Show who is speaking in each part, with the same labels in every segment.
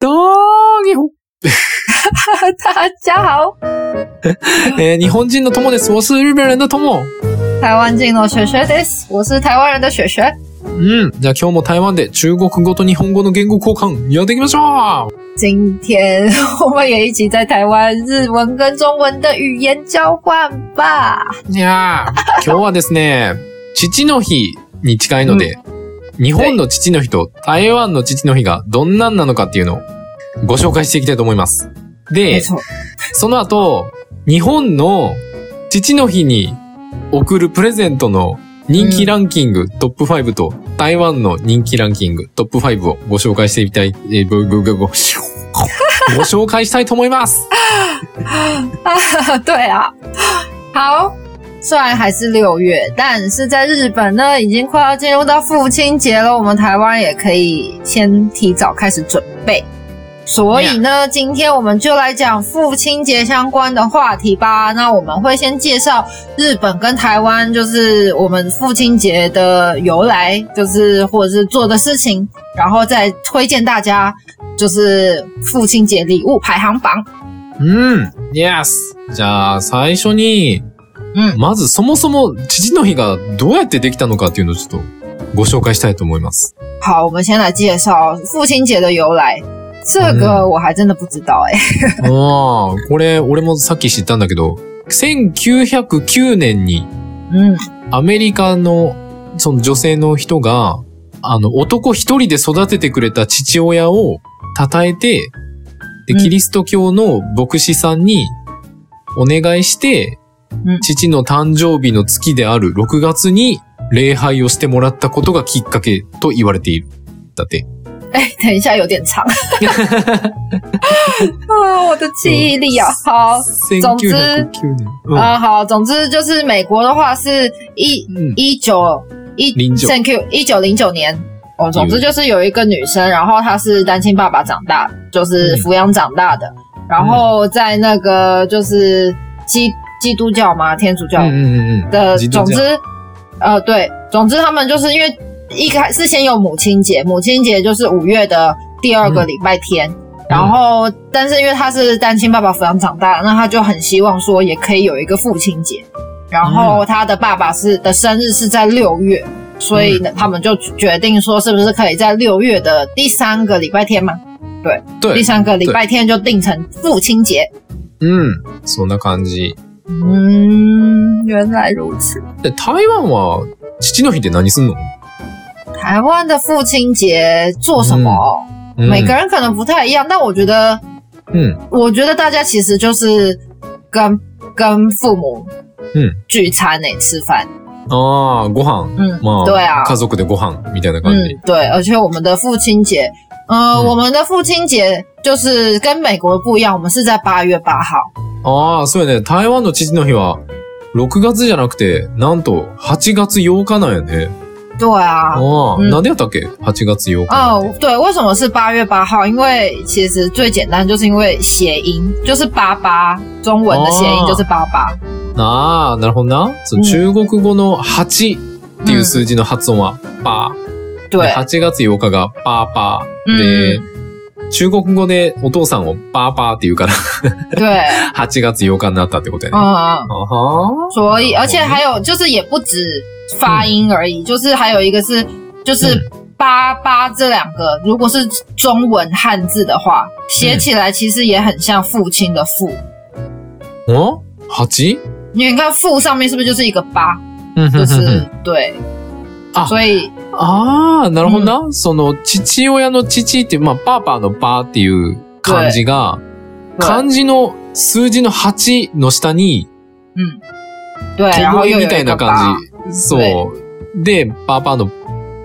Speaker 1: どーにほ。
Speaker 2: 大家好，
Speaker 1: えー日本人の友です。我是日本人的友。
Speaker 2: 台湾进了雪雪 this，我是台湾人的雪雪。
Speaker 1: うん。じゃあ今日も台湾で中国語と日本語の言語交換やっていきましょう
Speaker 2: 今天我们也一起在台湾日文跟中文的语言交换吧。
Speaker 1: いやー、今日はですね、父の日に近いので、日本の父の日と台湾の父の日がどんなんなのかっていうのをご紹介していきたいと思います。で、
Speaker 2: 错，
Speaker 1: その後、日本の父の日に送るプレゼントの人気ランキングトップ5と台湾の人気ランキングトップ5をご紹介してみたい、えー、ごごごごご紹介したいと思います。
Speaker 2: 对啊。好，虽然还是六月，但是在日本呢，已经快要进入到父亲节了。我们台湾也可以先提早开始准备。所以呢，今天我们就来讲父亲节相关的话题吧。那我们会先介绍日本跟台湾，就是我们父亲节的由来，就是或者是做的事情，然后再推荐大家就是父亲节礼物排行榜。
Speaker 1: うん。Yes。じゃあ、最初に、
Speaker 2: うん
Speaker 1: まずそもそも父の日がどうやってできたのかっていうのをちょっとご紹介したいと思います。
Speaker 2: 好，我们先来介绍父亲节的由来。这个我还真的不知道哎、
Speaker 1: ああ、これ、俺もさっき知ったんだけど、1909年に
Speaker 2: 嗯
Speaker 1: アメリカの、その女性の人が、あの、男一人で育ててくれた父親を称えて、で、
Speaker 2: うん
Speaker 1: キリスト教の牧師さんにお願いして、
Speaker 2: うん
Speaker 1: 父の誕生日の月である6月に礼拝をしてもらったことがきっかけと言われている。だって。
Speaker 2: 哎，等一下有点 长。啊，我的记忆力啊，好
Speaker 1: 1909年。うん
Speaker 2: 啊、好，总之就是美国的话是一
Speaker 1: うん
Speaker 2: 一九一
Speaker 1: 09
Speaker 2: thank you 一九零九年。哦，总之
Speaker 1: 嗯
Speaker 2: 就是有一个女生，然后她是单亲爸爸长大，就是
Speaker 1: 嗯
Speaker 2: 抚养长大的，然后在那个就是基基督教嘛，天主教，
Speaker 1: うんうんうんうん。
Speaker 2: 的，
Speaker 1: 基督教
Speaker 2: 总之，呃，对，总之他们就是因为一开是先有母亲节，母亲节就是五月的第二个
Speaker 1: 嗯
Speaker 2: 礼拜天，然后但是因为他是单亲爸爸抚养长大，那他就很希望说也可以有一个父亲节，然后他的爸爸是的生日是在六月。所以
Speaker 1: 嗯
Speaker 2: 呢，他们就决定说，是不是可以在六月的第三个礼拜天嘛？
Speaker 1: 对
Speaker 2: 第。三个礼拜天就定成父亲节。
Speaker 1: うん。そんな感じ。
Speaker 2: 嗯，原来如此。
Speaker 1: で台湾は父の日って何すんの
Speaker 2: 台湾的父亲节做什么？
Speaker 1: うん
Speaker 2: 每个人可能不太一样，但我觉得，
Speaker 1: うん。
Speaker 2: 我觉得大家其实就是跟跟父母
Speaker 1: 嗯
Speaker 2: 聚餐诶、吃饭，
Speaker 1: ああ、ご飯。
Speaker 2: 嗯，
Speaker 1: まあ、
Speaker 2: 对啊，
Speaker 1: 家族でご飯みたいな感
Speaker 2: 嗯
Speaker 1: じ。，
Speaker 2: 对，而且我们的父亲节，呃，
Speaker 1: 嗯
Speaker 2: 我们的父亲节就是跟美国不一样，我们是在八月八号，
Speaker 1: ああ、そうやね。台湾の父の日は、6月じゃなくて、なんと、8月8日なんやね。
Speaker 2: 对啊。
Speaker 1: ああ、
Speaker 2: うん
Speaker 1: なんでやったっけ ?8 月8日なん
Speaker 2: 哦
Speaker 1: て。，
Speaker 2: 对，为什么是八月八号？因为其实最简单，就是因为谐音，就是八八，中文的谐音
Speaker 1: 哦
Speaker 2: 就是八八。
Speaker 1: ああ、なるほどな。そう
Speaker 2: うん
Speaker 1: 中国語の8っていう数字の発音は、パ
Speaker 2: 嗯
Speaker 1: ー。
Speaker 2: 对嗯
Speaker 1: で、8月8日がパーパー。で、中国語でお父さんをパーパーって言うから、
Speaker 2: 对，
Speaker 1: 8月8日になったってことやね。あ
Speaker 2: 嗯，
Speaker 1: は
Speaker 2: 所以而且还有就是也不止发音而已，就是还有一个是就是八八这两个，如果是中文汉字的话，写起来其实也很像父亲的父，
Speaker 1: ー。ん ?8?
Speaker 2: 因为你看父上面是不是就是一个八，
Speaker 1: うん、
Speaker 2: 就
Speaker 1: うんうん
Speaker 2: 是对
Speaker 1: 啊，
Speaker 2: 所以
Speaker 1: ああ、なるほどな。その、父親の父っていう、まあ、パーパーのパーっていう漢字が、
Speaker 2: 对
Speaker 1: 漢字の数字の8の下に、
Speaker 2: 对，
Speaker 1: 手
Speaker 2: 然后
Speaker 1: 声
Speaker 2: 又有
Speaker 1: みた
Speaker 2: 一
Speaker 1: いな
Speaker 2: 个八
Speaker 1: 感。じ。そう。で、パーパーの、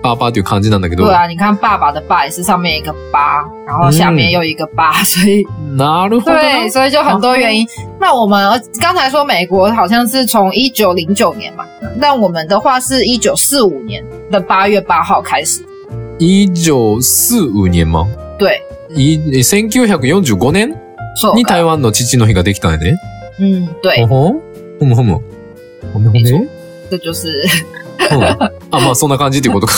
Speaker 1: パーパーっていう漢字なんだけど
Speaker 2: 对，啊，你看爸爸的爸也是上面一个八，然后下面又一个八， 所以
Speaker 1: なるほどな。
Speaker 2: 对，所以就很多原因。那我们呃刚才说美国好像是从一九零九年嘛，但我们的话是一九四五年的八月八号开始。
Speaker 1: 以上数年間。
Speaker 2: 对，
Speaker 1: い1945年
Speaker 2: 错
Speaker 1: に台湾の父の日ができたんやね。
Speaker 2: 嗯，对
Speaker 1: 哦ほ，ほんふむふむ。ほむほむ
Speaker 2: 没
Speaker 1: ね
Speaker 2: 错。这就是
Speaker 1: うん。あ、まあそんな感じっていうことか。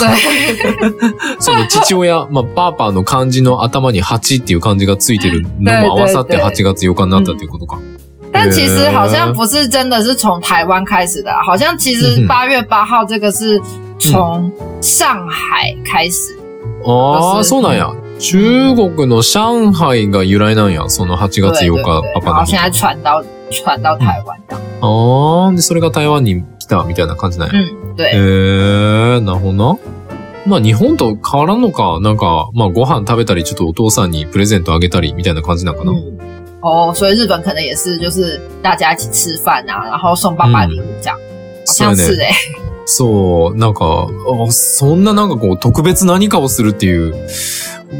Speaker 1: その父 親、まあ、パーパーの漢字の頭に8っていう漢字がついてるのも合わさって
Speaker 2: 对对
Speaker 1: 8月8日になったっていうことか。
Speaker 2: 但其实好像不是真的是从台湾开始的啊、好像其实
Speaker 1: 嗯哼嗯
Speaker 2: 八月八号这个是从上海开始。
Speaker 1: ああ、
Speaker 2: そう
Speaker 1: そうなんや。中国の上海が由来なんや。その8
Speaker 2: 对
Speaker 1: 月8
Speaker 2: 对
Speaker 1: 日、
Speaker 2: 对，
Speaker 1: パパ
Speaker 2: 然
Speaker 1: の
Speaker 2: 后
Speaker 1: 日。
Speaker 2: 现
Speaker 1: あ
Speaker 2: 在传到传到台湾这样
Speaker 1: あー、で、それが台湾に来たみたいな感じなんや。
Speaker 2: 嗯，对。
Speaker 1: へえ、なるほどな。まあ日本と変わらんのか、なんか、まあご飯食べたり、ちょっとお父さんにプレゼントあげたりみたいな感じなんかな。
Speaker 2: 嗯，哦，所以日本可能也是，就是大家一起吃饭啊，然后送爸爸礼物这样，好
Speaker 1: そ
Speaker 2: 像
Speaker 1: う
Speaker 2: 是
Speaker 1: や
Speaker 2: 哎、
Speaker 1: そう、なんか、あそんななんかこう、特別何かをするっていう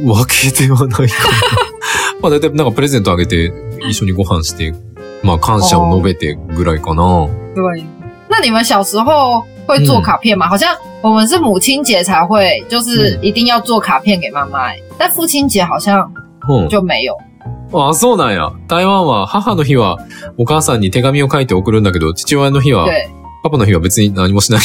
Speaker 1: わけでは ないかな。まあ大体なんかプレゼントあげて、一緒にご飯して、まあ感謝を述べてぐらいかな。
Speaker 2: 对。 那你们小时候会做卡片吗？好像我们是母亲节才会，就是一定要做卡片给妈妈、欸，但父亲节好像
Speaker 1: うん。
Speaker 2: 就没有。
Speaker 1: あ、そうなんや。台湾は母の日はお母さんに手紙を書いて送るんだけど、父親の日は、
Speaker 2: 对，
Speaker 1: パパの日は別に何もしない。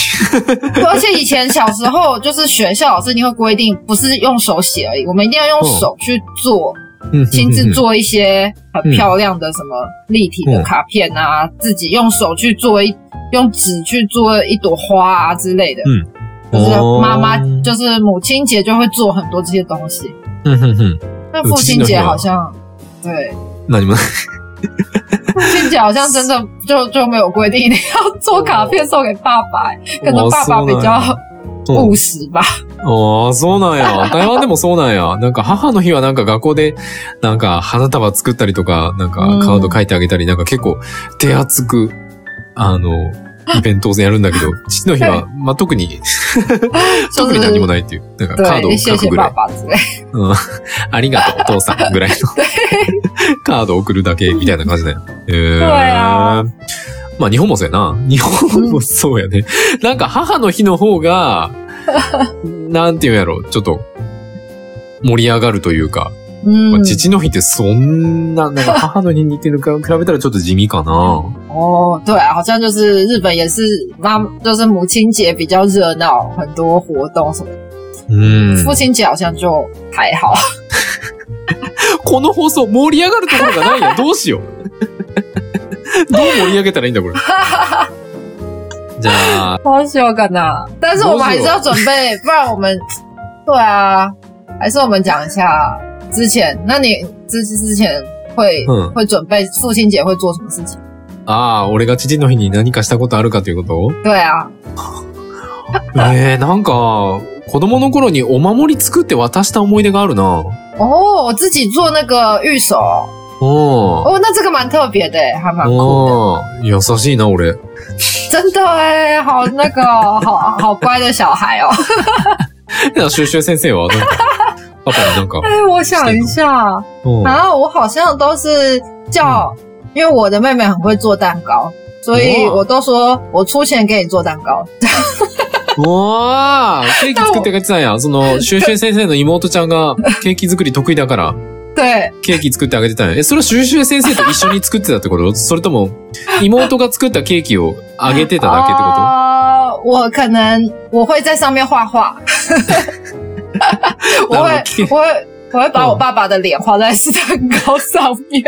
Speaker 2: 而且以前小时候就是学校老师一定会规定，不是用手写而已，我们一定要用
Speaker 1: 嗯
Speaker 2: 手去做，
Speaker 1: うん
Speaker 2: 亲自 做一些
Speaker 1: 嗯
Speaker 2: 很漂亮的什么立体的卡片啊，自己用手去做一用纸去做一朵花啊之类的。
Speaker 1: 嗯
Speaker 2: 就是妈妈
Speaker 1: 哦
Speaker 2: 就是母亲节就会做很多这些东西。
Speaker 1: うんうんうん
Speaker 2: 那父亲节好像，对，
Speaker 1: 何もない。
Speaker 2: 父亲节好像真的就就没有规定 一定要做卡片送给爸爸、可能
Speaker 1: あ
Speaker 2: 爸爸
Speaker 1: そう
Speaker 2: 比
Speaker 1: なん
Speaker 2: 较
Speaker 1: やうん
Speaker 2: 务实吧。
Speaker 1: ああ、そうなんや。 台湾でもそうなんや。なんか母の日はなんか学校で、なんか花束作ったりとか、なんかカード書いてあげたり、なんか結構手厚く、あ の、イベントをやるんだけど、父の日は、まあ、特に、
Speaker 2: 就
Speaker 1: 特に何も
Speaker 2: 是
Speaker 1: ないっていう。なんかカードを
Speaker 2: 对，
Speaker 1: 書
Speaker 2: 谢
Speaker 1: く
Speaker 2: 谢
Speaker 1: ぐら
Speaker 2: 爸
Speaker 1: い。
Speaker 2: 爸之类。
Speaker 1: うん。 ありがとう、お父さんぐらいの。カードを送るだけみたいな感じだよ。えー、
Speaker 2: そうや
Speaker 1: まあ日本もそうやな。日本もそうやね。なんか母の日の方 が、なんていうんやろ、ちょっと盛り上がるというか、まあ
Speaker 2: 嗯，
Speaker 1: 父の日ってそんな、なんか母の日に比べたらちょっと地味かな。
Speaker 2: 哦，对、啊，好像就是日本也是妈，就是母亲节比较热闹，很多活动什么的。
Speaker 1: うん。
Speaker 2: 父亲节好像就还好。
Speaker 1: この放送盛り上がるところがないよ。どうしよ う。どう盛り上げたらいいんだ、 これ。じゃあ、
Speaker 2: 好喜欢呐，但是我们还是要准备，不然我们，对啊，还是我们讲一下之前，那你之之前会、
Speaker 1: 嗯
Speaker 2: 会准备父亲节会做什么事情？
Speaker 1: ああ、俺が父の日に何かしたことあるかということ
Speaker 2: 对啊，
Speaker 1: ええなんか、子供の頃にお守り作って渡した思い出があるな。
Speaker 2: 哦，我自己做那个玉手，
Speaker 1: うん。
Speaker 2: 哦，那这个蛮特别的，还蛮
Speaker 1: 哦
Speaker 2: 酷的，
Speaker 1: うん。優しいな、俺。
Speaker 2: 真的哎，好那个哦，好好乖的小孩哦。
Speaker 1: シュシュ先生は、なんか、 パパになんか、
Speaker 2: 哎，我想一下，
Speaker 1: うん。
Speaker 2: 然后我好像都是叫，因为我的妹妹很会做蛋糕，所以
Speaker 1: 嗯哦
Speaker 2: 我都说我出钱给你做蛋糕。
Speaker 1: おーケーキ作ってくれてたんや。そ の、シュシュ先生の妹ちゃんがケーキ作り得意だから、
Speaker 2: 对，
Speaker 1: ケーキ作ってあげてたんや。え、それはシュシュ先生と一緒に作ってたってことそれとも、妹が作ったケーキをあげてただけってこと
Speaker 2: 啊、我可能我会在上面画 画，我
Speaker 1: 那我
Speaker 2: 会
Speaker 1: 听
Speaker 2: 我会我会把我
Speaker 1: 嗯
Speaker 2: 爸爸的脸画在蛋糕上面。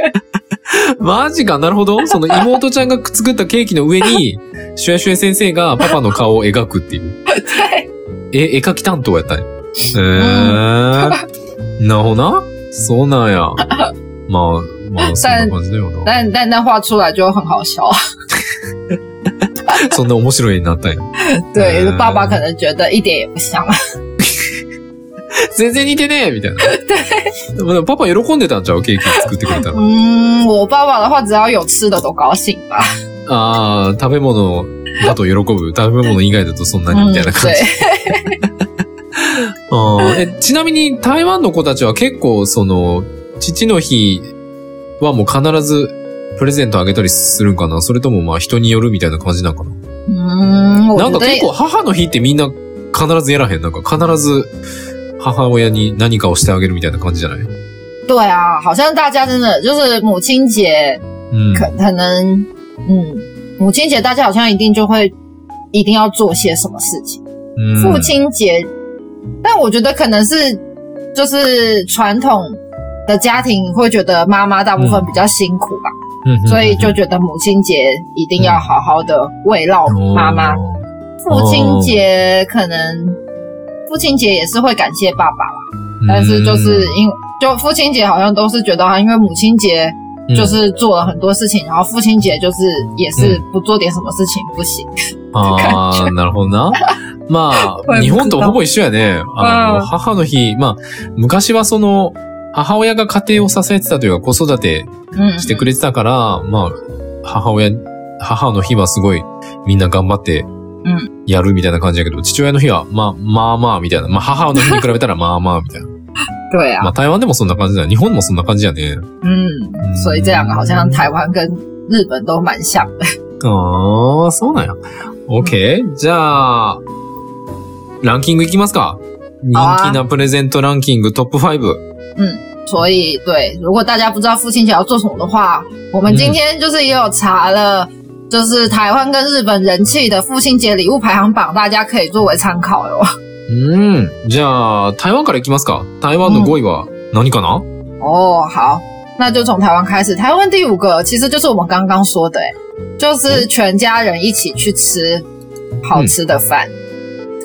Speaker 1: マジか、なるほ ど。その妹ちゃんが作ったケーキの上に、シュワシュワ先生がパパの顔を描くっていう。え、絵描き担当やったんや。えー。なるほどな。そうなんや。 まあ、まあ、そんな感じだよな。
Speaker 2: 但但但画出来就很好 笑。
Speaker 1: そんな面白いになったんや。
Speaker 2: 对，
Speaker 1: 嗯
Speaker 2: 爸爸可能觉得一点也不像。
Speaker 1: 全然似てねえみたいな。でもでもパパ喜んでたんちゃうケーキ作ってくれたら。
Speaker 2: 嗯，我爸爸的话，只要有吃的都高兴吧。
Speaker 1: ああ、食べ物だと喜ぶ。食べ物以外だとそんなに
Speaker 2: 嗯，
Speaker 1: みたいな感
Speaker 2: 对
Speaker 1: じ。。あーえちなみに台湾の子たちは結構その、父の日はもう必ずプレゼントあげたりするんかなそれともまあ人によるみたいな感じなんかな
Speaker 2: 嗯，我
Speaker 1: なんか
Speaker 2: 觉得
Speaker 1: 結構母の日ってみんな必ずやらへん。なんか必ず母親に何かをしてあげるみたいな感じじゃないうん。
Speaker 2: 对啊，好像大家真的就是母亲节可可能，嗯，母亲节大家好像一定就会一定要做些什么事情。
Speaker 1: 嗯
Speaker 2: 父亲节，但我觉得可能是就是传统的家庭会觉得妈妈大部分比较辛苦吧，
Speaker 1: 嗯哼
Speaker 2: 所以就觉得母亲节一定要好好的慰劳妈妈。
Speaker 1: 哦
Speaker 2: 父亲节可能父亲节也是会感谢爸爸啦，
Speaker 1: 嗯
Speaker 2: 但是就是因就父亲节好像都是觉得啊，因为母亲节。
Speaker 1: 嗯
Speaker 2: 就是做了很多事情，然后父亲节就是也是不做点什么事情不行。
Speaker 1: ああ、なるほど な。ま
Speaker 2: こ
Speaker 1: あ、
Speaker 2: れ僕
Speaker 1: 日本とほぼ一緒やね。あ
Speaker 2: うん
Speaker 1: の、母の日、まあ、昔はその、母親が家庭を支えてたというか、子育て
Speaker 2: 嗯，
Speaker 1: してくれてたから、まあ、母親、母の日はすごい、みんな頑張って
Speaker 2: ん、
Speaker 1: やるみたいな感じだけど、父親の日は、まあ、まあまあ、みたいな。まあ、母の日に比べたら、まあまあ、みた いな。
Speaker 2: 对啊
Speaker 1: ま，あ、台湾でもそんな感じだ。日本もそんな感じやね。
Speaker 2: 嗯，所以这两个好像台湾跟日本都蛮像的。
Speaker 1: ああ、そうなんや。OK。じゃあ、ランキングいきますか。人気なプレゼントランキングトップ5。
Speaker 2: 所以对，如果大家不知道父亲节要做什么的话，我们今天就是也有查了，就是台湾跟日本人气的父亲节礼物排行榜，大家可以作为参考哟。
Speaker 1: うん。じゃあ、台湾からいきますか。台湾の5位は何かな、
Speaker 2: 哦，好，那就从台湾开始。台湾第五个其实就是我们刚刚说的、欸，就是全家人一起去吃好吃的饭，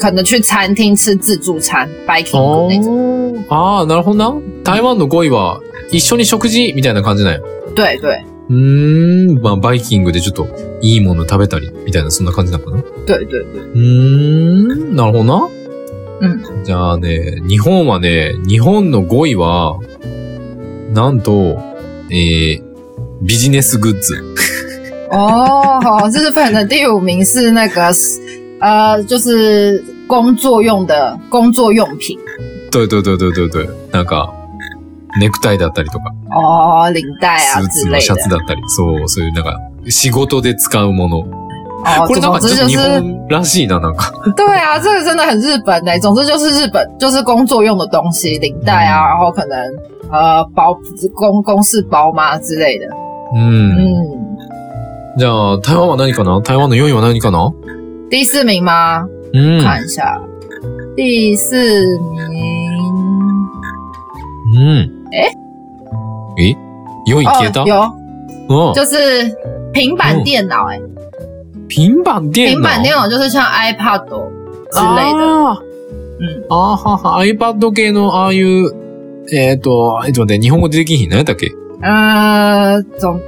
Speaker 2: 可能去餐厅吃自助餐，biking 那种。
Speaker 1: ーああ、なるほどな。台湾の5位は、一緒に食事みたいな感じなんや。
Speaker 2: 对对
Speaker 1: うーん。まあ、バイキングでちょっと、いいもの食べたり、みたいな、そんな感じなのかな。う
Speaker 2: 对对对，
Speaker 1: ーん。なるほどな。
Speaker 2: う
Speaker 1: じゃあね、日本はね、日本の5位は、なんと、えー、ビジネスグッズ。
Speaker 2: 哦，好，日本的第五名是那个，呃，就是工作用的工作用品
Speaker 1: 对对对对对对。なんか、ネクタイだったりとか、
Speaker 2: 哦，领带
Speaker 1: ス
Speaker 2: 啊
Speaker 1: ー
Speaker 2: 之
Speaker 1: ツ
Speaker 2: 类
Speaker 1: のシャツ
Speaker 2: 的。
Speaker 1: だったり、そう、そういうなんか、仕事で使うもの。
Speaker 2: 哦
Speaker 1: こ，れなん
Speaker 2: 总
Speaker 1: かちょ
Speaker 2: 之
Speaker 1: っと
Speaker 2: 就
Speaker 1: 日
Speaker 2: 是，
Speaker 1: 本らしいな、なんか。
Speaker 2: 对啊，这个真的很日本呢、总之就是日本，就是工作用的东西，领带啊，
Speaker 1: 嗯
Speaker 2: 然后可能呃包公公事包嘛之类的。
Speaker 1: うん。
Speaker 2: 嗯，
Speaker 1: じゃあ、台湾は何かな台湾の4位は何かな
Speaker 2: 第四名吗？
Speaker 1: うん。
Speaker 2: 看一下，第四名，
Speaker 1: うん。
Speaker 2: え
Speaker 1: え ?4 位消えた、
Speaker 2: 哦有，
Speaker 1: うん。
Speaker 2: 就是平板
Speaker 1: 嗯
Speaker 2: 电脑、欸，
Speaker 1: ピンバン電
Speaker 2: 平板电脑就是像 iPad 之类的，
Speaker 1: あーあーはは、iPad 系のああいう、えっ、と、えっと待って、日本語出てきひん何やったっけ
Speaker 2: 呃，总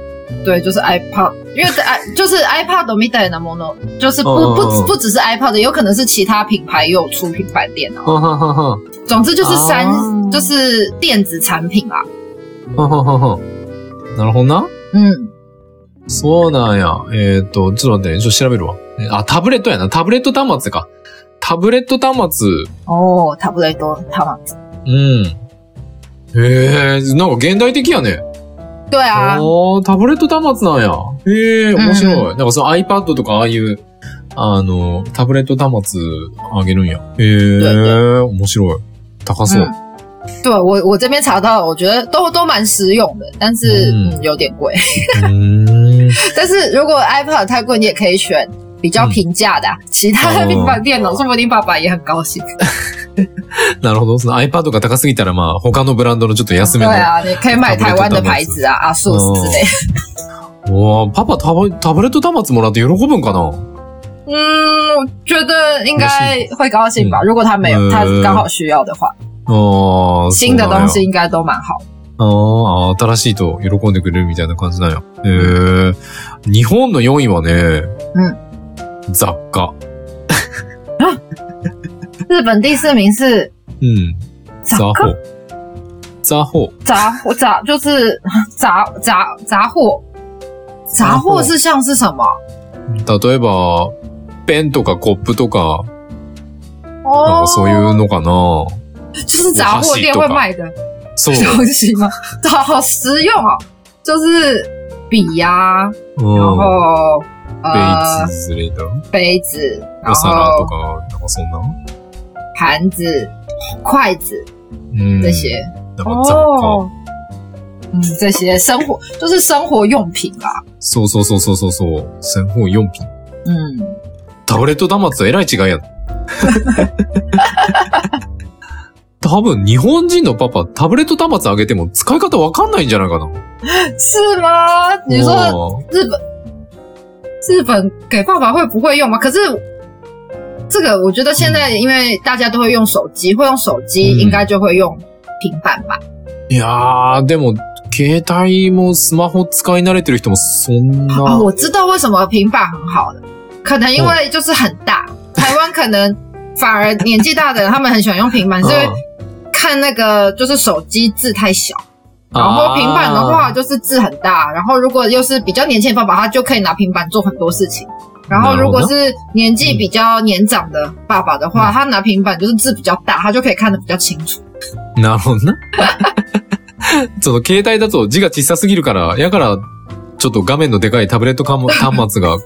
Speaker 2: 对，就是 iPad，因为这 i 就是 iPad みたいなもの，就是不、
Speaker 1: 哦哦哦
Speaker 2: 不不只是 iPad，有可能是其他品牌也有出平板电脑。
Speaker 1: はははは。
Speaker 2: 总之就是三、
Speaker 1: 哦
Speaker 2: 就是电子产品啦。
Speaker 1: はははは。なるほどな。
Speaker 2: 嗯，
Speaker 1: そうなんや。えっ、と、ちょっと待ってね、ちょっと調べるわ。えあ、タブレットやな。タブレット端末か。タブレット端末。
Speaker 2: 哦，差不多，差不多。
Speaker 1: うん。へえ、なんか現代的やね。
Speaker 2: 对
Speaker 1: あ
Speaker 2: 啊，
Speaker 1: あ、タブレット端末なんや。へえ、面白い。なんかその iPad とかああいう、あの、タブレット端末あげるんや。へえ、面白い。高そう。
Speaker 2: 嗯对我我这边查到了，我觉得都都蛮实用的，但是
Speaker 1: 嗯
Speaker 2: 嗯有点贵。
Speaker 1: うん。
Speaker 2: 但是如果 iPad 太贵，你也可以选比较平价的啊、其他的
Speaker 1: 哦
Speaker 2: 平板电脑，说不定爸爸也很高兴。
Speaker 1: なるほど。その iPad が高すぎたら、まあ、他のブランドのちょっと安め
Speaker 2: 对
Speaker 1: の。
Speaker 2: 啊，你可以买台湾的牌子啊，阿素
Speaker 1: 哦
Speaker 2: 之类。
Speaker 1: おーパパタブ、タブレット端末もらって喜ぶんかな
Speaker 2: 嗯，我觉得应该会高兴吧。
Speaker 1: 嗯
Speaker 2: 如果他没有，
Speaker 1: 呃
Speaker 2: 他刚好需要的话，
Speaker 1: ああ、
Speaker 2: 哦新的
Speaker 1: そうなん
Speaker 2: 东
Speaker 1: や
Speaker 2: 西应该都蛮好。
Speaker 1: ああ、新しいと喜んでくれるみたいな感じなんや。ええ日本の4位はね、雑貨。
Speaker 2: 日本第四名是
Speaker 1: うん。
Speaker 2: 杂
Speaker 1: 雑
Speaker 2: 貨
Speaker 1: 貨。雑貨。
Speaker 2: 杂货杂，就是杂杂杂货。杂货是像是什么？
Speaker 1: 例えば、ペンとかコップとか、なん
Speaker 2: 哦
Speaker 1: かそういうのかな。
Speaker 2: 就是杂货店会卖的
Speaker 1: そう。
Speaker 2: 东西吗？好好实用哦，就是笔呀、
Speaker 1: うん。
Speaker 2: 然后
Speaker 1: ベ
Speaker 2: 呃
Speaker 1: イツズレイだろ。
Speaker 2: 杯子，然
Speaker 1: お皿と
Speaker 2: 后
Speaker 1: か、なんかそんな。
Speaker 2: 盘子、筷子
Speaker 1: うん。
Speaker 2: 这些、
Speaker 1: なんか雑貨。。
Speaker 2: 哦嗯，这些生活就是生活用品啦。
Speaker 1: そうそうそうそうそうそう。生活用品。
Speaker 2: 嗯，
Speaker 1: だ俺とダマツはえらい違い や。多分、日本人のパパ、タブレット端末あげても使い方わかんないんじゃないかな。
Speaker 2: 是吗？你说
Speaker 1: うん
Speaker 2: 日本日本给爸爸会不会用吗？可是这个我觉得现在因为大家都会用手机，会用手机
Speaker 1: 嗯
Speaker 2: 应该就会用平板吧？
Speaker 1: いやー、でも、携帯もスマホ使い慣れてる人もそんな。
Speaker 2: 哦，我知道为什么平板很好了，可能因为就是很大，台湾可能 反而年纪大的人他们很喜欢用平板，是因为看那个就是手机字太小，然后平板的话
Speaker 1: 啊
Speaker 2: 就是字很大，然后如果又是比较年轻的爸爸，他就可以拿平板做很多事情。然后如果是年纪比较年长的爸爸的话，他拿平板就是字比较大，他就可以看得比较清楚。
Speaker 1: なるほどな。 その携帯だと字が小さすぎるから、やから、ちょっと画面のでかいタブレットかも端末が、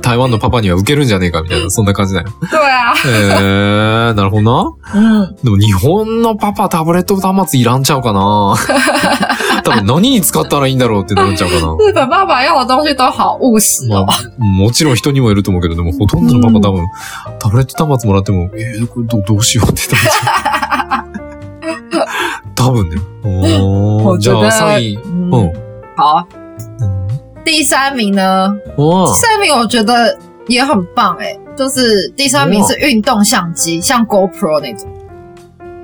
Speaker 1: 台湾のパパには受けるんじゃねえかみたいな、そんな感じだよ。
Speaker 2: 对啊，
Speaker 1: へえー、なるほどな。
Speaker 2: 嗯，
Speaker 1: でも日本のパパタブレット端末いらんちゃうかな多分何に使ったらいいんだろうってなっちゃうかな。
Speaker 2: 日本爸爸要的东西都好务实
Speaker 1: ま
Speaker 2: 哦。
Speaker 1: あ、もちろん人にもよると思うけど、でもほとんどのパパ多分、タブレット端末もらっても、えー、これどどうしようってなっちゃう。多分ね。おー
Speaker 2: 本
Speaker 1: じ
Speaker 2: 当
Speaker 1: ゃ
Speaker 2: だ
Speaker 1: あサイン。
Speaker 2: 嗯，
Speaker 1: うん。
Speaker 2: 好。第三名呢？
Speaker 1: お
Speaker 2: 第三名我觉得也很棒哎、就是第三名是运动相机，像 GoPro 那种。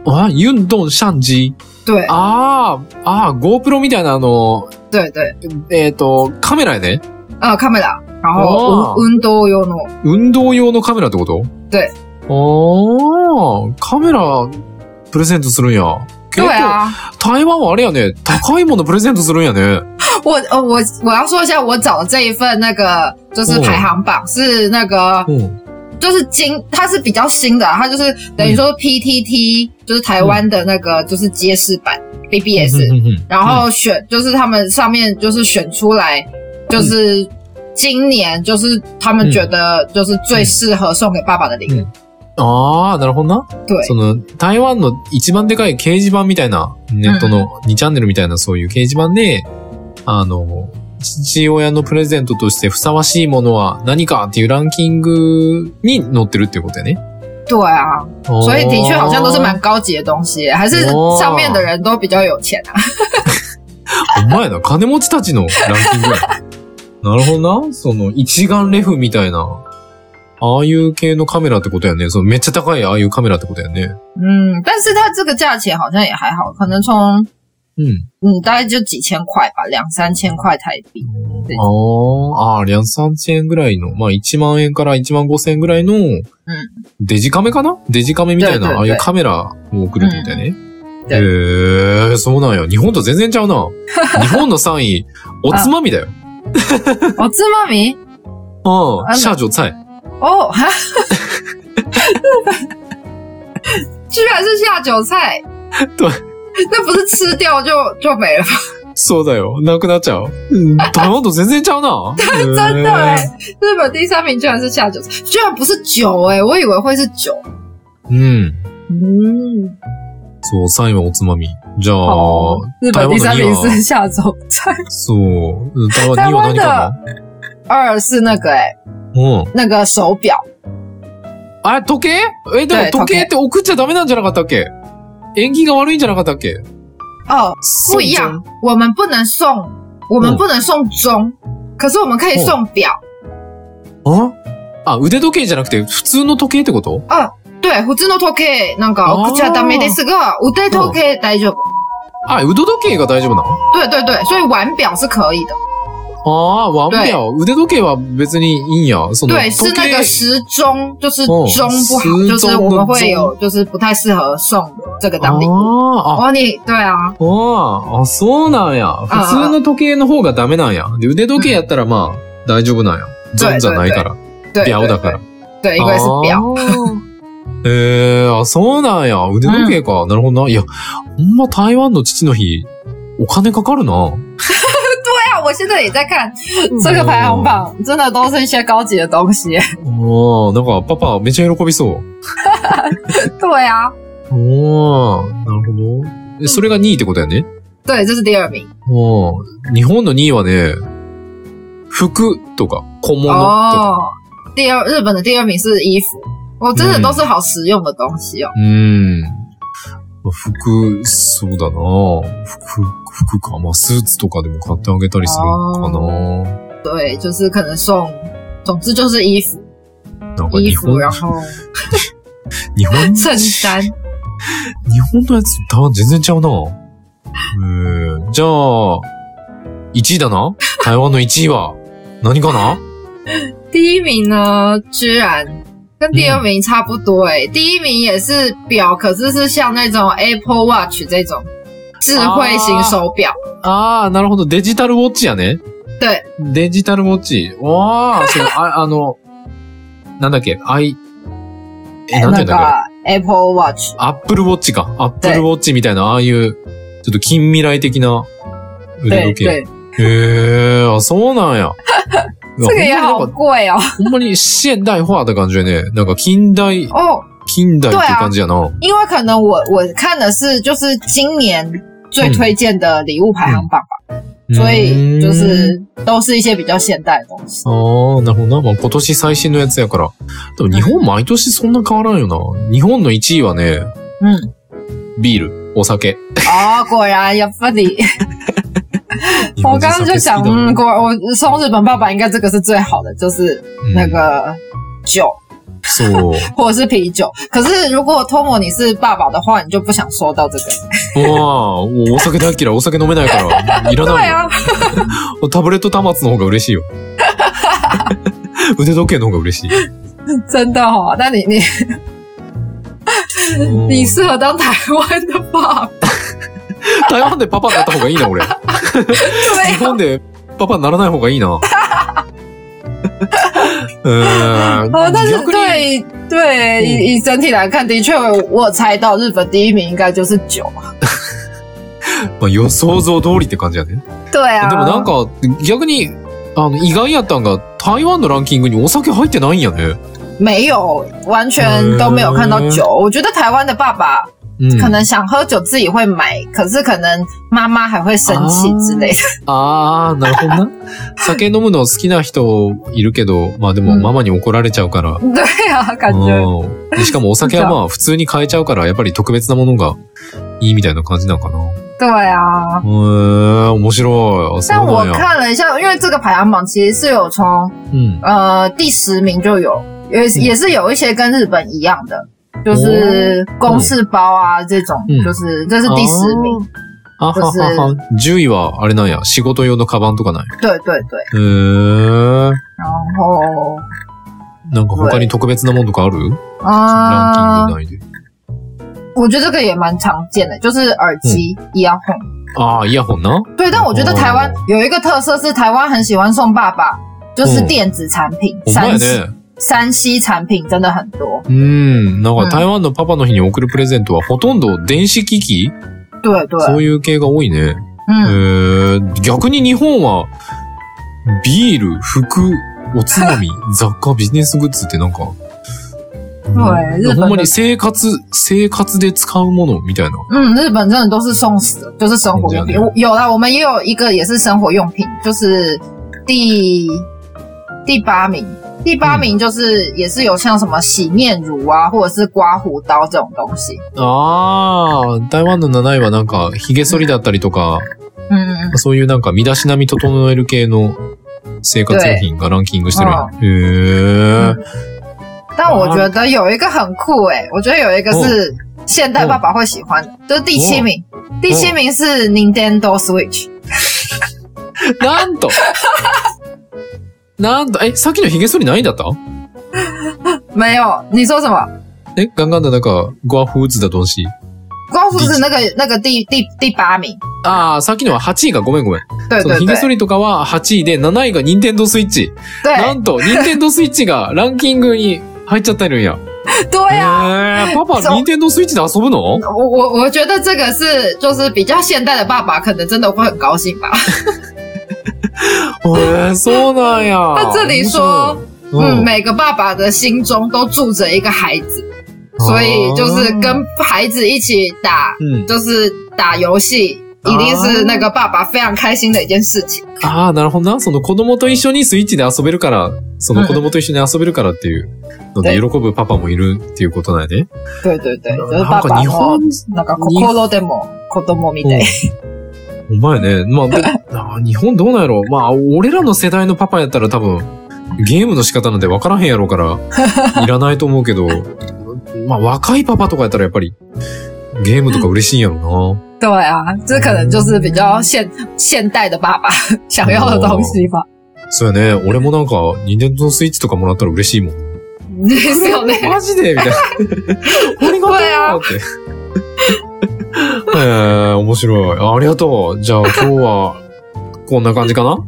Speaker 1: あ、ユンドンシャンジ。
Speaker 2: 对
Speaker 1: あー、あー、GoPro みたいなあの、
Speaker 2: 对对，
Speaker 1: えっ、と、カメラやね。
Speaker 2: 呃，camera，然
Speaker 1: 哦
Speaker 2: 后温温度用的。
Speaker 1: 運動用のカメラってこと
Speaker 2: 对。
Speaker 1: おー、カメラ、プレゼントするんや。結
Speaker 2: 对
Speaker 1: 構、
Speaker 2: 啊，
Speaker 1: 台湾はあれやね、高いものプレゼントするんやね。
Speaker 2: 我呃我我要说一下，我找的这一份那个就是排行榜是那个
Speaker 1: うん。
Speaker 2: 就是今它是比较新的啊，它就是等于说 PTT 就是台湾的那个就是街市版
Speaker 1: う
Speaker 2: BBS，
Speaker 1: んうんうん
Speaker 2: 然后选就是他们上面就是选出来，就是今年就是他们觉得就是最适合送给爸爸的礼物。
Speaker 1: ああ、なるほどな。
Speaker 2: 对，
Speaker 1: その、台湾の一番でかい掲示板みたいな、ネットの2チャンネルみたいなそういう掲示板で、あの、父親のプレゼントとしてふさわしいものは何かっていうランキングに載ってるっていうことやね。
Speaker 2: 对啊，所以的确好像都是蛮高级的东西，还是
Speaker 1: 哦
Speaker 2: 上面的人都比较有钱啊。
Speaker 1: お前な、金持ちたちのランキングや。なるほどな。その、一眼レフみたいな、ああいう系のカメラってことやね。その、めっちゃ高いああいうカメラってことやね。
Speaker 2: 嗯，但是它这个价钱好像也还好，可能从
Speaker 1: うん。
Speaker 2: 嗯大概就几千块吧，两三千块台币。で
Speaker 1: あーあー、两三千円ぐらいの、まあ1万円から1万5千円ぐらいの、デジカメかなデジカメみたいな、
Speaker 2: 对对对
Speaker 1: ああいうカメラを送るってみたいね。
Speaker 2: 对
Speaker 1: へえ、そうなんや。日本と全然ちゃう な。日本の3位、おつまみだよ。
Speaker 2: 哦，芝麻米
Speaker 1: う
Speaker 2: あ
Speaker 1: ん、シャージョ菜。
Speaker 2: 哦，哈，日本居然是下酒 菜。
Speaker 1: 对，
Speaker 2: 那不是吃掉就就没了吗？
Speaker 1: そうだよ。なくなっちゃう。うん、台湾と全 然ちゃうな。真
Speaker 2: 真的哎、日本第三名居然是下酒菜，居然不是酒哎、我以为会是酒。
Speaker 1: うん。
Speaker 2: 嗯，
Speaker 1: そう、3位はおつまみ。じゃあ
Speaker 2: 哦，，日本第三名是下酒菜，
Speaker 1: そう。うん台湾2位は何
Speaker 2: 台
Speaker 1: か
Speaker 2: 二是那个哎、
Speaker 1: なうん。
Speaker 2: 那个手表。
Speaker 1: あ、時計え、で
Speaker 2: 对
Speaker 1: も時
Speaker 2: 時計
Speaker 1: 計って送っちゃダメなんじゃなかったっけ縁起が悪いんじゃなかったっけ
Speaker 2: 哦，不一样，我们不能送，我们
Speaker 1: 嗯
Speaker 2: 不能送钟，可是我们可以送表。
Speaker 1: 哦ああ、腕時計じゃなくて普通の時計ってこと
Speaker 2: 对，普通の時計なんか
Speaker 1: 哦
Speaker 2: 送っちゃダメですが、腕時計大丈夫。
Speaker 1: あ、腕時計が大丈夫なの
Speaker 2: 对对对，所以腕表是可以的。
Speaker 1: ああー、腕表。腕時計は別にいいんや。その
Speaker 2: 对，
Speaker 1: 時
Speaker 2: 是那
Speaker 1: 計
Speaker 2: 个。时钟，就是
Speaker 1: 哦
Speaker 2: 钟不好，
Speaker 1: 时
Speaker 2: 就是我
Speaker 1: 钟
Speaker 2: 们
Speaker 1: 的
Speaker 2: 会
Speaker 1: 钟
Speaker 2: 有，就是不太适合送这个
Speaker 1: あ
Speaker 2: 当礼物。
Speaker 1: あ、あ
Speaker 2: 哦，你对啊，
Speaker 1: あ、あ、そうなんや。普通の時計の方がダメなんや。で、腕時計やったらまあ、大丈夫なんや。ゾンじゃないから。
Speaker 2: 对，
Speaker 1: 表だ
Speaker 2: 对
Speaker 1: から。
Speaker 2: 对，因为是表。
Speaker 1: あー。 えー、あ、そうなんや。腕時計か。なるほどな。いや、ほんま台湾の父の日、お金かかるな。
Speaker 2: 对啊，我现在也在看这
Speaker 1: 嗯
Speaker 2: 个排行榜，真的都是一些高级的东西。
Speaker 1: おー、なんかパパめちゃ喜びそう。
Speaker 2: 对啊，
Speaker 1: おー、なるほど。えそれが2位ってことやね。
Speaker 2: 对，这是第二名。
Speaker 1: おー、日本の2位はね、服とか小物とか。
Speaker 2: 哦，第二日本的第二名是衣服，我真的都是好实用的东西哦。
Speaker 1: うん。服、そうだな服、服か。まあ、スーツとかでも買ってあげたりするかな
Speaker 2: 对，就是可能送，总之就是衣服，
Speaker 1: なんか
Speaker 2: 衣
Speaker 1: 日
Speaker 2: 服，
Speaker 1: 本、
Speaker 2: 然后
Speaker 1: 日本、日
Speaker 2: 衬 衫。
Speaker 1: 本のやつ、だ全然ちゃうなえー、じゃあ、1位だな台湾の1位は、何かな
Speaker 2: 第一名呢，居然跟第二名差不多诶、第一名也是表，可是是像那种 Apple Watch 这种智慧型手表。
Speaker 1: あー、なるほど。デジタルウォッチやね。
Speaker 2: 对。
Speaker 1: デジタルウォッチ。わー、そう、あ、あの、なんだっけ、アイ、え、なんて言うん
Speaker 2: 哎那个
Speaker 1: だっけ。
Speaker 2: Apple Watch，
Speaker 1: アップルウォッチか。アップルウォッチみたいな、ああいう、ちょっと近未来的な腕
Speaker 2: 对
Speaker 1: 時計。
Speaker 2: 对，
Speaker 1: へえ、あ、そうなん や。
Speaker 2: 这个也好
Speaker 1: ほんまになんか
Speaker 2: 贵哦。
Speaker 1: ほんまに現代化的感じね。なんか近代、
Speaker 2: 哦，
Speaker 1: 近代って感じやな。
Speaker 2: 因为可能我我看的是就是今年最推荐的礼物排行榜吧，
Speaker 1: うん
Speaker 2: 所以就是都是一些比较现代的东西。
Speaker 1: ああ、なるほどな。まあ、今年最新のやつやから。でも日本毎年そんな変わらんよな。日本の1位はね、
Speaker 2: 嗯，
Speaker 1: ビール、お酒。
Speaker 2: 哦，果然有分离。我刚刚就想，
Speaker 1: 日本人酒好きだな
Speaker 2: 嗯，果然我从日本爸爸应该这个是最好的，就是那个酒
Speaker 1: そう。
Speaker 2: 或者是啤酒。可是如果托莫你是爸爸的话，你就不想收到这个。
Speaker 1: わあ、もうお酒大嫌い。お酒飲めないから。いら
Speaker 2: 对
Speaker 1: ないよ。
Speaker 2: 啊，
Speaker 1: タブレット端末の方が嬉しいよ。 腕時計の方が嬉しい。
Speaker 2: 真的哦。那你你你适合当台湾的爸爸。
Speaker 1: 台湾でパパになった方がいいな、俺。日
Speaker 2: 对啊
Speaker 1: 本でパパにならない方がいい な。うーん
Speaker 2: 哦，但是
Speaker 1: 逆に
Speaker 2: 对对，以以整体来看，的确我我猜到日本第一名应该就是酒。
Speaker 1: まあ、予想像通りって感じやね。
Speaker 2: 对啊，
Speaker 1: でもなんか、逆に、あの、意外やったんが、台湾のランキングにお酒入ってないんやね。
Speaker 2: 没有，完全都没有看到酒。我觉得台湾的爸爸
Speaker 1: うん
Speaker 2: 可能想喝酒自己会买，可是可能妈妈还会生气之类的。
Speaker 1: あー、なるほど な。酒飲むの好きな人いるけど、まあでも
Speaker 2: うん
Speaker 1: ママに怒られちゃうから、
Speaker 2: 对啊，感觉
Speaker 1: うんでしかもお酒は まあ普通に買えちゃうから、やっぱり特別なものがいいみたいな感じなのかな。へ
Speaker 2: 对啊。
Speaker 1: え面白い。あそ
Speaker 2: 但
Speaker 1: う
Speaker 2: 我
Speaker 1: なんや。
Speaker 2: 看了一下，因为这个排行榜其实是有从
Speaker 1: うん。
Speaker 2: 呃第十名就有，也是
Speaker 1: 嗯
Speaker 2: 也是有一些跟日本一样的，就是公事包啊这种，
Speaker 1: 嗯
Speaker 2: 就是这是第十名。
Speaker 1: あははは。10位はあれなんや。仕事用のカバンとかない。
Speaker 2: 对对
Speaker 1: へ
Speaker 2: 对，
Speaker 1: え
Speaker 2: 然后
Speaker 1: なんか他に特別なものとかあるラ
Speaker 2: 啊
Speaker 1: ン、キング内で。
Speaker 2: 我觉得这个也蛮常见的，就是耳机、一样换。
Speaker 1: ああ、イヤホンな。
Speaker 2: 对，但我觉得台湾
Speaker 1: 哦
Speaker 2: 有一个特色是台湾很喜欢送爸爸，就是电子产品，
Speaker 1: ほんま
Speaker 2: 三
Speaker 1: や
Speaker 2: C
Speaker 1: ね。
Speaker 2: 三 C 产品真的很多。
Speaker 1: うん。なん
Speaker 2: う
Speaker 1: か
Speaker 2: ん
Speaker 1: 台湾のパパの日に送るプレゼントはほとんど電子機器
Speaker 2: 对对，
Speaker 1: そういう系が多いね。え
Speaker 2: 嗯，
Speaker 1: ー逆に日本は、ビール、服、おつま み、雑貨、ビジネスグッズってなんか、うん
Speaker 2: はい日本の
Speaker 1: ほんまに生活、生活で使うものみたいな。
Speaker 2: 嗯，日本真的都是送死的，就是生活用
Speaker 1: 这
Speaker 2: 品。
Speaker 1: 样
Speaker 2: 我有啦，我们也有一个也是生活用品，就是第第八名，第八名就是也是有像什么洗面乳啊，或者是刮胡刀这种东西。
Speaker 1: ああ、台湾の7位はなんか、髭剃りだったりとか、
Speaker 2: 嗯嗯嗯，
Speaker 1: そういうなんか、身だしなみ整える系の生活用品がランキングしてるんや。へえ。
Speaker 2: 但我觉得有一个很酷诶、我觉得有一个是现代爸爸会喜欢的，就是第七名。第七名是 Nintendo Switch，
Speaker 1: なんとなんと、え、さっきの髭剃り何位だった
Speaker 2: 没有？你说什么？
Speaker 1: え、ガンガンのなんか、ゴアフーズだ東西。
Speaker 2: 光复是那个那个第第第八名，
Speaker 1: ああ、さっきのは8位がごめんごめん。
Speaker 2: 对
Speaker 1: その
Speaker 2: 对
Speaker 1: ヒゲ剃
Speaker 2: 对
Speaker 1: りとかは8位で、7位が任天堂スイッチ。な
Speaker 2: 对
Speaker 1: んと、任天堂スイッチがランキングに入っちゃってるんや。
Speaker 2: 对啊！
Speaker 1: えー、パパ、
Speaker 2: そう
Speaker 1: 任天堂スイッチで遊ぶの
Speaker 2: 我我我觉得这个是就是比较现代的爸爸，可能真的会很高兴吧。
Speaker 1: えー、そうなんや。
Speaker 2: 他这里说，
Speaker 1: 面白い、
Speaker 2: 嗯，每个爸爸的心中都住着一个孩子，
Speaker 1: 哦
Speaker 2: 所以就是跟孩子一起打，
Speaker 1: うん。
Speaker 2: 就是打游戏。一定是那个爸爸非常开心的一件事情。
Speaker 1: ああ、なるほどな。その子供と一緒にスイッチで遊べるから、その子供と一緒に遊べるからっていうので、喜ぶパパもいるっていうことなんやね。
Speaker 2: 对对对，就是
Speaker 1: な
Speaker 2: 爸
Speaker 1: んか
Speaker 2: 爸
Speaker 1: 日
Speaker 2: の
Speaker 1: 本、
Speaker 2: なんか心でも子供み
Speaker 1: 嗯
Speaker 2: たい。
Speaker 1: うん、お前ね。まあ であー、日本どうなんやろまあ、俺らの世代のパパやったら多分、ゲームの仕方なんて分からへんやろうから、 いらないと思うけど、まあ、若いパパとかやったらやっぱり、ゲームとか嬉しいんやろな。
Speaker 2: 对啊，这可能就是比较现现代的爸爸 想要的东西吧。
Speaker 1: そうやね。俺もなんか、任天堂スイッチとかもらったら嬉しいもん。
Speaker 2: ですよね。
Speaker 1: マジでみたいな。ありがとう
Speaker 2: 啊
Speaker 1: って。えー、面白い。ありがとう。じゃあ今日は、こんな感じかな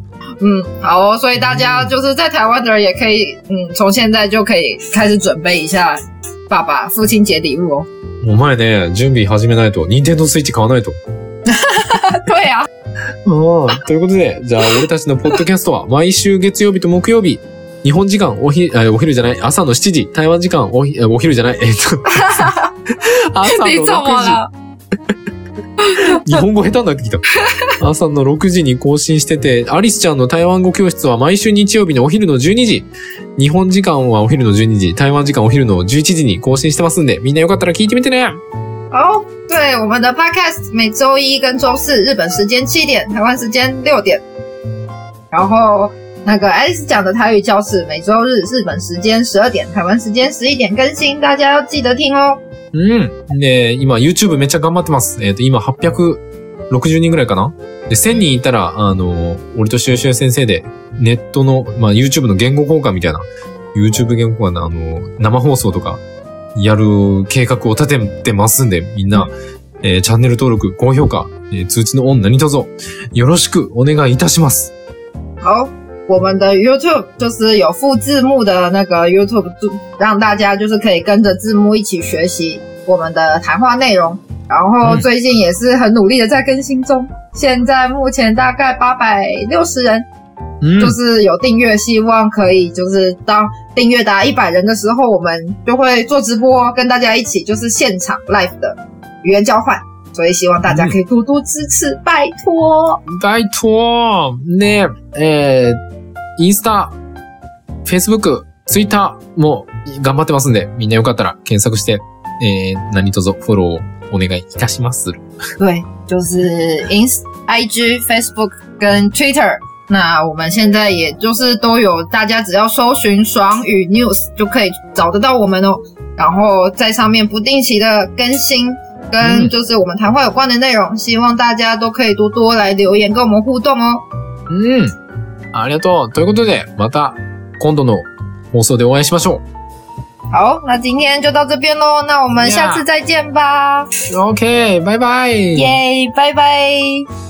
Speaker 2: 嗯，好哦，所以大家就是在台湾的人也可以，嗯，从现在就可以开始准备一下爸爸父亲节礼物哦。
Speaker 1: お前ね、準備始めないと。任天堂スイッチ買わないと。
Speaker 2: 对啊，
Speaker 1: ああ。ということで、じゃあ俺たちのポッドキャストは毎週月曜日と木曜日、日本時間おひ、えーお昼じゃない、朝の7時、台湾時間おひ、えーお昼じゃない、えー っと、朝の
Speaker 2: 你怎么
Speaker 1: 6時。
Speaker 2: 了？
Speaker 1: 日本語下手になってきた。朝の6時に更新してて、アリスちゃんの台湾語教室は毎週日曜日のお昼の12時、日本時間はお昼の12時、台湾時間お昼の11時に更新してますんで、みんなよかったら聞いてみてね
Speaker 2: 哦，对，我们的 podcast 每周一跟周四日本时间七点，台湾时间六点。然后那个 Alice 讲的台语教室每周日日本时间十二点，台湾时间十一点更新，大家要记得听哦。
Speaker 1: うん。で、今 YouTube めっちゃ頑張ってます。えっ、と、今860人ぐらいかなで、1000人いたら、あの、俺としゅうしゅう先生で、ネットの、まあ、YouTube の言語交換みたいな、YouTube 言語交換の、あの、生放送とか、やる計画を立ててますんで、みんな、えーチャンネル登録、高評価、えー通知のオン何卒、よろしくお願いいたします。
Speaker 2: 好，我们的 YouTube 就是有附字幕的那个 YouTube，就让大家就是可以跟着字幕一起学习我们的谈话内容。然后
Speaker 1: 嗯
Speaker 2: 最近也是很努力的在更新中，现在目前大概八百六十人，
Speaker 1: うん
Speaker 2: 就。是有订阅，希望可以就是当订阅达一百人的时候，我们就会做直播，跟大家一起就是现场 live 的语言交换。所以希望大家可以多多支持，拜托。
Speaker 1: バイトねえ、えー、インスタ、フェイスブック、ツイッターも頑張ってますんで、みんなよかったら検索して、えー、何卒フォローをお願いいたします。
Speaker 2: 对，就是 Ins、IG、Facebook 跟 Twitter。那我们现在也就是都有，大家只要搜寻“爽语 News” 就可以找得到我们哦。然后在上面不定期的更新，跟
Speaker 1: 嗯
Speaker 2: 就是我们谈话有关的内容，希望大家都可以多多来留言跟我们互动哦。
Speaker 1: うん。ありがとう。ということで、また今度の放送でお会いしましょ
Speaker 2: 好，那今天就到这边喽，那我们下次再见吧，
Speaker 1: う。OK! バイバイ
Speaker 2: 耶、拜拜。